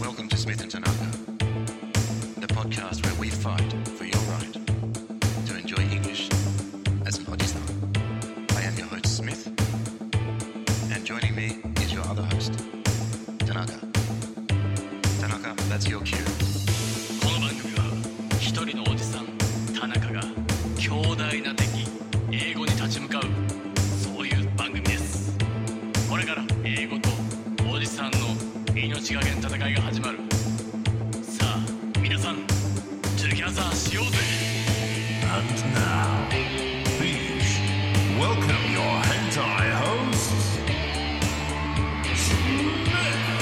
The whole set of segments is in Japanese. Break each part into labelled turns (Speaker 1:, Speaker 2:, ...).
Speaker 1: Welcome to Smith and Tanaka, the podcast where we fight for your right to enjoy English as an Odissan. I am your host, Smith, and joining me is your other host, Tanaka. Tanaka, that's your cue.
Speaker 2: この番組は一人のおじさん田中が強大な敵英語に立ち向かうそういう番組ですこれから英語とおじさんの命がけの戦いが始まるさあ皆さんトゥギャザーしようぜ
Speaker 3: And now, please welcome your hentai hosts, Smith and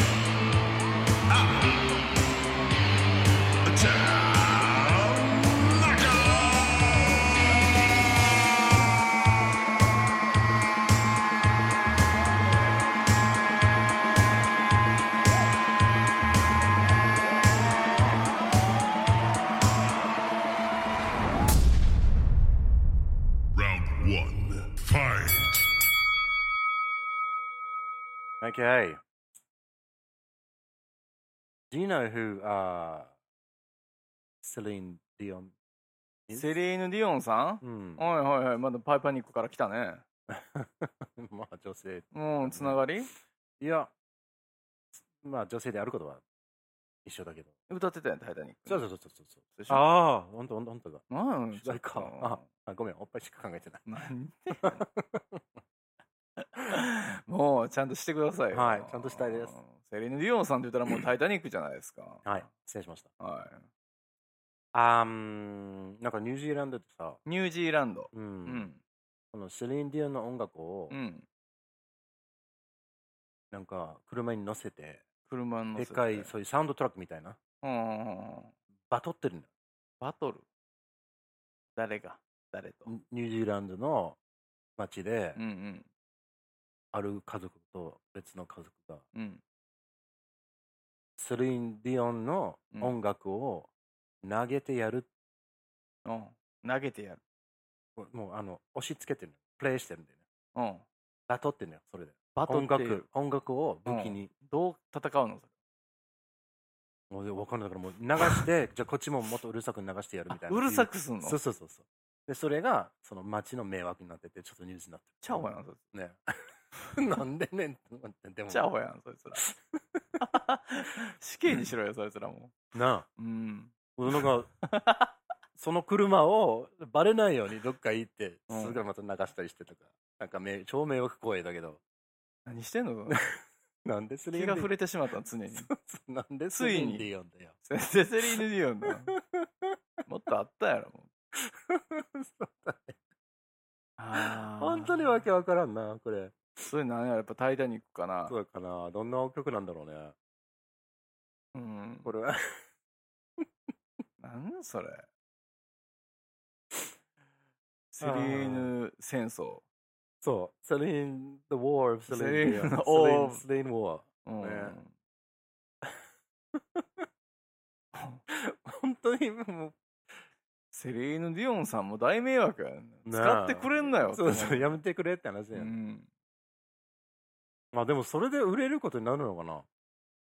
Speaker 3: Tanaka. Round one, fight.
Speaker 4: Okay. Do you know who uh, Celine Dion?
Speaker 5: セリーヌ・ディオンさん、
Speaker 4: うん。
Speaker 5: はいはいはいまだパイパニックから来たね
Speaker 4: まあ女性。
Speaker 5: もうつながり
Speaker 4: いや、まあ女性であることは一緒だけど。
Speaker 5: 歌ってたやんタイタニック
Speaker 4: そうそうそうそうそう。
Speaker 5: そう
Speaker 4: ああ、本当本当本当だ。
Speaker 5: な ん
Speaker 4: 取材か
Speaker 5: ちょっ。
Speaker 4: あ
Speaker 5: と
Speaker 4: あ、ごめん、おっぱいしか考えてない。
Speaker 5: 何言ってんのもうちゃんとしてくださいよ
Speaker 4: はいちゃんとしたいです
Speaker 5: セリーヌ・ディオンさんって言ったらもう「タイタニック」じゃないですか
Speaker 4: はい、失礼しました。
Speaker 5: は
Speaker 4: あーん、なんかニュージーランドってさ、
Speaker 5: いニュージーランド
Speaker 4: う、
Speaker 5: うんん
Speaker 4: このセリン・ディオンの音楽を、
Speaker 5: うん
Speaker 4: なんか車に乗せて、
Speaker 5: 車の
Speaker 4: でっかいそういうサウンドトラックみたいな、
Speaker 5: うん
Speaker 4: バトってるんだよ
Speaker 5: バトル誰が誰と
Speaker 4: ニュージーランドの街で
Speaker 5: う、ん
Speaker 4: ある家族と別の家族が、
Speaker 5: うんうん
Speaker 4: セリン・ディオンの音楽を投げてやる、
Speaker 5: うん投げてやる
Speaker 4: もうあの、押し付けてるのよプレイしてるんだよね。
Speaker 5: うん
Speaker 4: バトってんだよ、それで。
Speaker 5: バトル
Speaker 4: 音楽、音楽を武器に、
Speaker 5: どう戦うの
Speaker 4: もう分かんないからもう流して、 じゃあこっちももっとうるさく流してやるみたいな。
Speaker 5: うるさくすんの
Speaker 4: そうそうそうそう。で、それが、その街の迷惑になってて、ちょっとニュースになってる。
Speaker 5: ちゃほやんそい
Speaker 4: ね。 なんでねんって思って、でも。
Speaker 5: つちゃほやんそいつら 死刑にしろよそいつらも
Speaker 4: な
Speaker 5: うん
Speaker 4: あ。なんか、 その車をバレないようにどっか行って、
Speaker 5: うん
Speaker 4: それからまた流したりしてとか。なんかめ、超迷惑行為だけど。
Speaker 5: 何してんの
Speaker 4: なんでスリ
Speaker 5: 気
Speaker 4: ー
Speaker 5: が触れてしまった常に
Speaker 4: なんでスリーンディオンだよ。
Speaker 5: セセリーヌ・ディオンだもっとあったやろもう あー
Speaker 4: 本当にわけわからんな、これ。
Speaker 5: それなんややっぱ「タイタニック」かな
Speaker 4: そうかな。どんな曲なんだろうね。
Speaker 5: うん
Speaker 4: これは。
Speaker 5: なんそれセリーヌ戦争
Speaker 4: そう。セリーン、The War of セリーンディオン。
Speaker 5: セリ
Speaker 4: セリーン、セリ
Speaker 5: ーンの War
Speaker 4: ーン War。
Speaker 5: うん
Speaker 4: ね本当にもう、
Speaker 5: セリーヌ・ディオンさんも大迷惑やん
Speaker 4: え
Speaker 5: 使ってくれんなよ
Speaker 4: そうそう、
Speaker 5: や
Speaker 4: やめてくれって話だ
Speaker 5: う
Speaker 4: よね。
Speaker 5: ん
Speaker 4: まあでもそれで売れることになるのかな。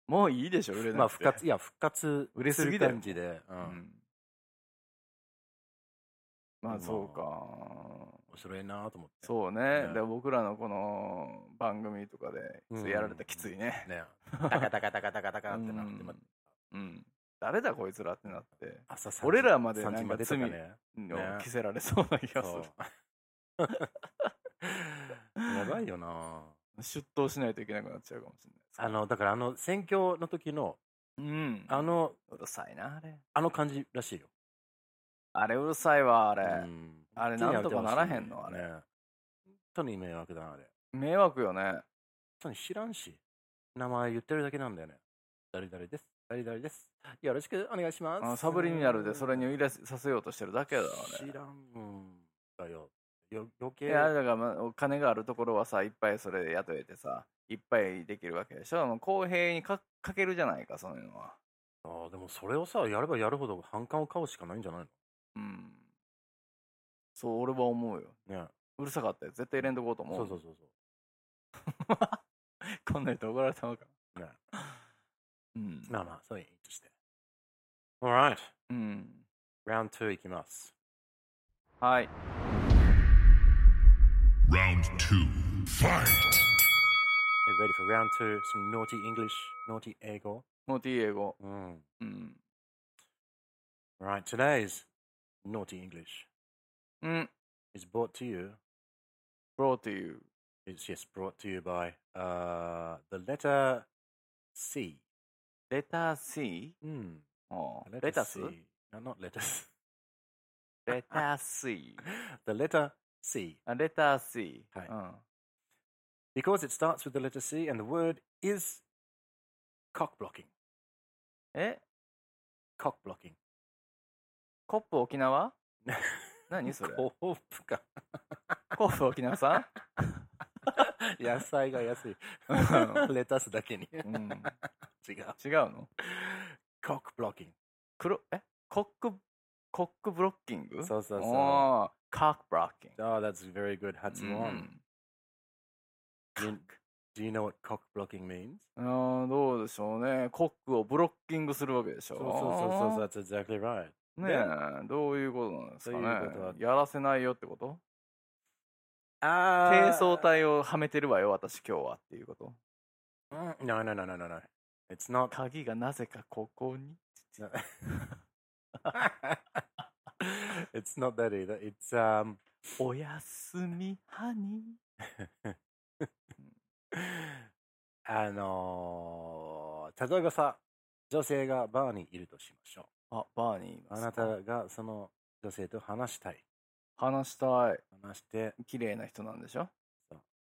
Speaker 5: もういいでしょ売れなくて
Speaker 4: まあ復活、いや、復活
Speaker 5: 売れ
Speaker 4: す
Speaker 5: す
Speaker 4: る
Speaker 5: ぎだよ
Speaker 4: 感じで。う。
Speaker 5: うんんまあそうか
Speaker 4: 面白いなと思って。
Speaker 5: そう
Speaker 4: ね
Speaker 5: ねで僕らのこの番組とかで
Speaker 4: うん
Speaker 5: やられたらきついね
Speaker 4: ね。タカタカタカタカタカってなって、ま
Speaker 5: うん誰だこいつらってなって
Speaker 4: 朝3時
Speaker 5: 俺らまで
Speaker 4: 3
Speaker 5: な
Speaker 4: 時
Speaker 5: ん
Speaker 4: ま
Speaker 5: か
Speaker 4: でと
Speaker 5: 罪
Speaker 4: か
Speaker 5: を
Speaker 4: ね。
Speaker 5: 着せ られそうな気がす
Speaker 4: そ
Speaker 5: る
Speaker 4: うやばいよな
Speaker 5: 出頭しないといけなくなっちゃうかもしれないです
Speaker 4: あの、だからあの、選挙の時の、
Speaker 5: うん
Speaker 4: あの、
Speaker 5: うるさいなあれ
Speaker 4: あの感じらしいよ。
Speaker 5: あれうるさいわあれ、
Speaker 4: うん
Speaker 5: あれなんとかならへんのあれ
Speaker 4: ね本当に迷惑だな、あれ。本
Speaker 5: 迷惑よね
Speaker 4: 当に知らんし。名前言ってるだけなんだよね。誰々です。誰々です。よろしくお願いしま
Speaker 5: あの
Speaker 4: す。
Speaker 5: サブリミナルでそれに
Speaker 4: うん
Speaker 5: 入れさせようとしてるだけだよあれ
Speaker 4: 知らんだよ。よ余
Speaker 5: い
Speaker 4: 計
Speaker 5: やだからまあお金があるところはさいっぱいそれで雇えてさいっぱいできるわけでしょもう公平にかかけるじゃないかそういうのは
Speaker 4: あーでもそれをさ、やればやるほど反感を買うしかないんじゃない
Speaker 5: うんそう俺は思うよ
Speaker 4: のね。
Speaker 5: うるさかったよ絶対入れんとこうと思う
Speaker 4: そうそうそうそう。
Speaker 5: こんな人怒られたのか
Speaker 4: ね
Speaker 5: うん
Speaker 4: まあまあ、そういう意味して。Alright,
Speaker 5: うん
Speaker 4: round 2いきます。
Speaker 5: はい
Speaker 3: Round two. Fight.
Speaker 4: Are you ready for round 2? Some naughty English, naughty 英語。
Speaker 5: ノーティー英語
Speaker 4: うん。
Speaker 5: うん
Speaker 4: Right, today's naughty English
Speaker 5: うん
Speaker 4: is brought to you,
Speaker 5: brought to you
Speaker 4: it's yes, brought to you by uh, the letter C.
Speaker 5: レター C?
Speaker 4: Mm,
Speaker 5: おう
Speaker 4: the
Speaker 5: レタス
Speaker 4: No, not lettuce.
Speaker 5: レター C
Speaker 4: the letter C.
Speaker 5: あレター C
Speaker 4: はい
Speaker 5: うん、
Speaker 4: Because it starts with the letter C and the word is cock blocking.
Speaker 5: え
Speaker 4: Cock blocking.
Speaker 5: コップ 沖縄何それ
Speaker 4: 甲府か。
Speaker 5: コップ沖縄さん
Speaker 4: 野菜が 安い。レタスだけに。
Speaker 5: うん、
Speaker 4: 違う。
Speaker 5: 違うの
Speaker 4: コックブロッキン
Speaker 5: 黒えコックコックブロッキング
Speaker 4: グ。そうそうそう。
Speaker 5: おーコックブロッキン
Speaker 4: Oh, that's very good. 発
Speaker 5: グ
Speaker 4: 音。You- Do you know what cock blocking means?
Speaker 5: うんあーどうでしょうねコックをブロッキングするわけでしょ
Speaker 4: So, so, so, so, that's exactly right.
Speaker 5: ねえどういうことなんですかね
Speaker 4: そういうことは
Speaker 5: やらせないよってこと
Speaker 4: あ
Speaker 5: 低層。体をはめてるわよ私今日はっていうこと
Speaker 4: No, no, no, no, no, no. It's not.
Speaker 5: 鍵がなぜかここに
Speaker 4: No. it's not that either. It's, um,
Speaker 5: おやすみハニ
Speaker 4: あのー、例えばさ、女性がバーにいるとしましょ
Speaker 5: ーあバーニー
Speaker 4: う。あなたがその女性と話したい。
Speaker 5: 話したい
Speaker 4: 話して、
Speaker 5: 綺麗な人なんでしょ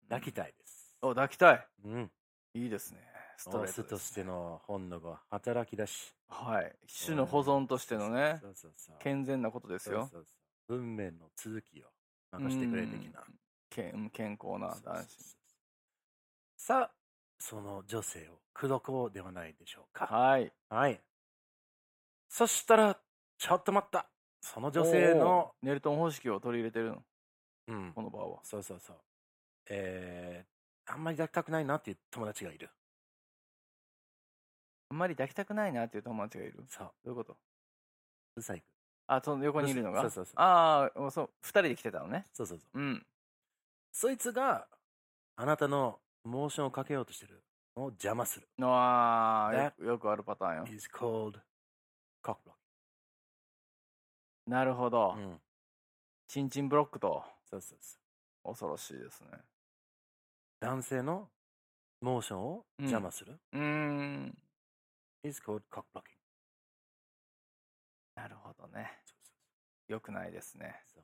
Speaker 4: 抱きたいです。
Speaker 5: お抱きたい
Speaker 4: うん。
Speaker 5: いいですねスト
Speaker 4: オ
Speaker 5: レー
Speaker 4: ス
Speaker 5: トで
Speaker 4: と
Speaker 5: す
Speaker 4: しての本能が働き出し。
Speaker 5: はい種の保存としてのね
Speaker 4: そうそうそう。
Speaker 5: 健全なことですよ
Speaker 4: そうそうそう運命の続きを任してくれ的な。
Speaker 5: けん健康な
Speaker 4: そうそうそう
Speaker 5: 男
Speaker 4: さあ、その女性を口説こうではないでしょうか。
Speaker 5: 子はい
Speaker 4: はい。そしたら、ちょっと待った。その女性の、
Speaker 5: おーネルトン方式を取り入れてるの
Speaker 4: うん
Speaker 5: こ、の場は
Speaker 4: そうそうそう。えー、あんまり抱きたくないなっていう友達がいる。
Speaker 5: あんまり抱きたくないなっていう友達がいるど
Speaker 4: そう、
Speaker 5: ういうこと
Speaker 4: うさいく。
Speaker 5: あその横にいるのが
Speaker 4: そうそうそう
Speaker 5: ああそう2人で来てたのね
Speaker 4: そうそうそう。
Speaker 5: うん
Speaker 4: そいつが、あなたのモーションをかけようとしてるのを邪魔する。
Speaker 5: ああ
Speaker 4: ね
Speaker 5: よくよくあるパターンよ
Speaker 4: is called cock
Speaker 5: なるほど、
Speaker 4: block. うん。
Speaker 5: チンチンブロックと
Speaker 4: そうそうそう。
Speaker 5: 恐ろしいですね
Speaker 4: 男性のモーションを邪魔する、
Speaker 5: うーん
Speaker 4: is called cock blocking.
Speaker 5: なるほどね
Speaker 4: そうそう
Speaker 5: よくないですね
Speaker 4: そう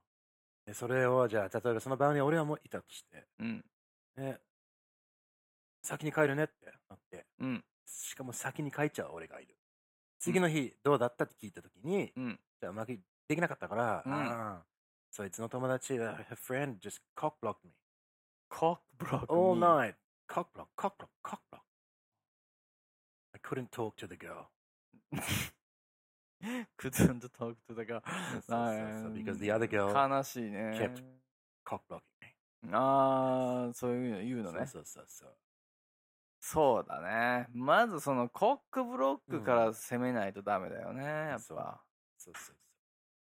Speaker 4: でそれを、じゃあ、例えばその場に俺はもういたとして、
Speaker 5: うん
Speaker 4: ね、先に帰るねってなって、
Speaker 5: うん
Speaker 4: しかも先に帰っちゃう俺がいる。次の日、どうだったって聞いたときに、
Speaker 5: うん
Speaker 4: じゃあうまくできなかったから、
Speaker 5: うん
Speaker 4: ああそいつの友達、her friend just cock blocked me.
Speaker 5: コックブロック
Speaker 4: All
Speaker 5: に
Speaker 4: night. Cock block, cock block, cock block. I couldn't talk to the girl.
Speaker 5: クズンとトークとだか
Speaker 4: so, so, because the other girl
Speaker 5: 悲しいね
Speaker 4: kept cock blocking me.
Speaker 5: ああそういうの言うのね
Speaker 4: So, so, so, so.
Speaker 5: そうだねまずそのコックブロックか
Speaker 4: う
Speaker 5: ら攻めないとダメだよね、やっ
Speaker 4: そう
Speaker 5: ぱ
Speaker 4: So, so, so.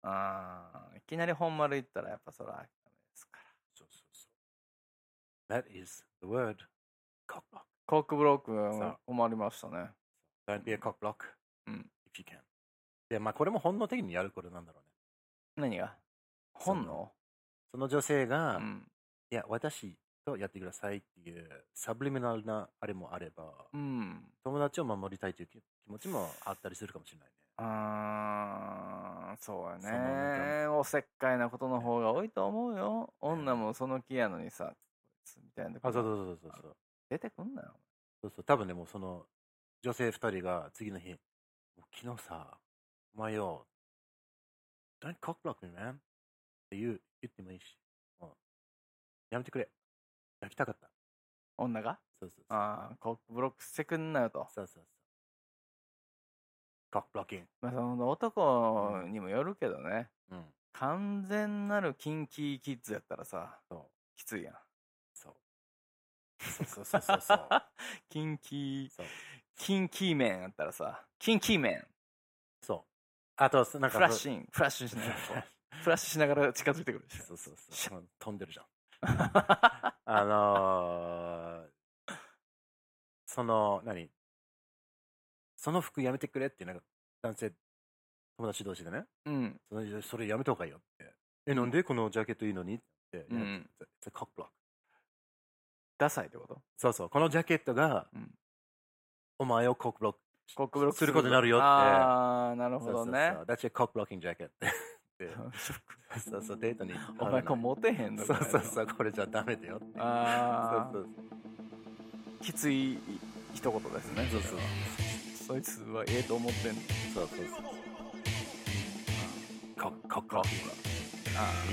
Speaker 5: あーいきなり本丸いったらやっぱそれはダメですか
Speaker 4: So,
Speaker 5: ら
Speaker 4: so, so. That is the word cock block.
Speaker 5: コックブロッ
Speaker 4: そう
Speaker 5: ク困りましたね
Speaker 4: Don't be a cock block
Speaker 5: うん
Speaker 4: if you can. で、まあこれも本能的にやることなんだろうね。
Speaker 5: 何が
Speaker 4: その
Speaker 5: 本能
Speaker 4: その女性が、
Speaker 5: うん
Speaker 4: いや、私とやってくださいっていうサブリミナルなあれもあれば、
Speaker 5: うん。
Speaker 4: 友達を守りたいという気気持ちもあったりするかもしれないね。
Speaker 5: あーそう
Speaker 4: そのな
Speaker 5: やね。おせっかいなことの方が多いと思うよ。女もその気やのにさ、みたいなとこ
Speaker 4: あ、そうそうそうそうそう。
Speaker 5: 出てくんなよ。
Speaker 4: そうそう、多分ね、もうその、女性二人が次の日、もう昨日さ、お前よ、don't cock block me, man. って言う、言ってもいいし、もう、やめてくれ。抱きたかった。
Speaker 5: 女が
Speaker 4: そうそうそう。
Speaker 5: ああ、コックブロックしてくんなよと。
Speaker 4: そうそうそう。cock blocking.
Speaker 5: まあ、その男にもよるけどね。
Speaker 4: うん。
Speaker 5: 完全なるキンキーキッズやったらさ、
Speaker 4: そ
Speaker 5: きついやん。
Speaker 4: そう。そうそうそうそう。
Speaker 5: キンキー、
Speaker 4: そう。
Speaker 5: キンキーメンやったらさ、キンキーメン
Speaker 4: そう。あと、そなんか、
Speaker 5: フラッシュイン、フラッシュしながらこう、 フラッシュしながら近づいてくるで しょ。
Speaker 4: そうそうそう。もう飛んでる じゃん。あのー、その、何その服やめてくれって、なんか、男性、友達同士でね、
Speaker 5: うん。
Speaker 4: そのそれやめた方がいいよって。え、なんでこのジャケットいいのにって。い
Speaker 5: う
Speaker 4: や
Speaker 5: ん。
Speaker 4: It's a cock block.
Speaker 5: ダサいってこと
Speaker 4: そうそう。このジャケットが、
Speaker 5: うん
Speaker 4: お前をコックブロック。
Speaker 5: コックブロック
Speaker 4: することになるよって
Speaker 5: ああ、なる
Speaker 4: そ
Speaker 5: ほ
Speaker 4: うそうそ
Speaker 5: ど
Speaker 4: う
Speaker 5: ね。。
Speaker 4: That's a cock blocking jacket. ってそうそう、デートに。
Speaker 5: お前これモテへんの
Speaker 4: そうそう
Speaker 5: こ
Speaker 4: そう、これじゃダメだよって。
Speaker 5: れあ
Speaker 4: そう
Speaker 5: あ、きつい一言ですね。
Speaker 4: そうそうそう。
Speaker 5: そいつはええと思ってんの。
Speaker 4: そうそうそう。かかかい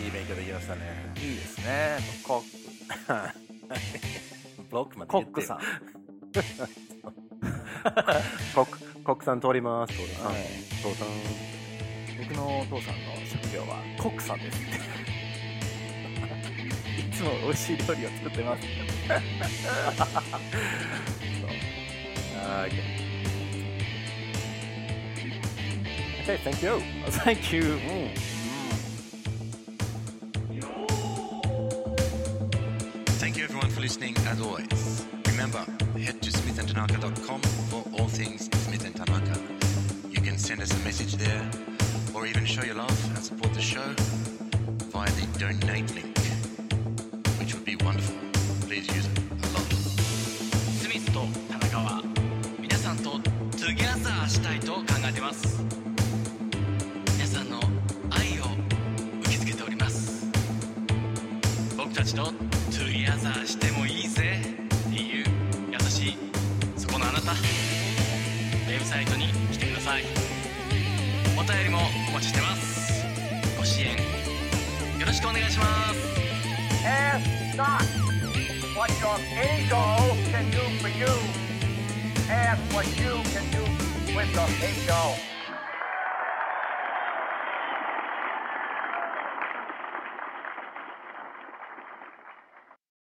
Speaker 4: い勉強できましたね。
Speaker 5: いいですね。コック、
Speaker 4: ブロックまで
Speaker 5: コ
Speaker 4: 言って
Speaker 5: ック
Speaker 4: よ
Speaker 5: さん。
Speaker 4: コック、コックさん通ります。通りま
Speaker 5: はい
Speaker 4: す。父さん。
Speaker 5: 僕のお父さんの職業はコックさんですっていつも美味しい料理を作ってます
Speaker 4: あー OK Okay, thank you.
Speaker 5: Thank
Speaker 4: う
Speaker 5: you
Speaker 4: ん。
Speaker 1: Thank you everyone for listening as always. Remember, head to smithandtanaka.com for all things Smith and Tanaka. You can send us a message there or even show your love and support the show via the donate link, which would be wonderful. Please use it a lot.
Speaker 2: スミスと田中は皆さんとトゥギャザーしたいと考えてます皆さんの愛を受け付けております僕たちとトゥギャザーしてもいいぜっていう優しいそこのあなたウェブサイトに来てくださいお便りもお待ちしてますご支援よろしくお願いします
Speaker 6: Ask not what your ego can do for you. Ask what you can do with your ego.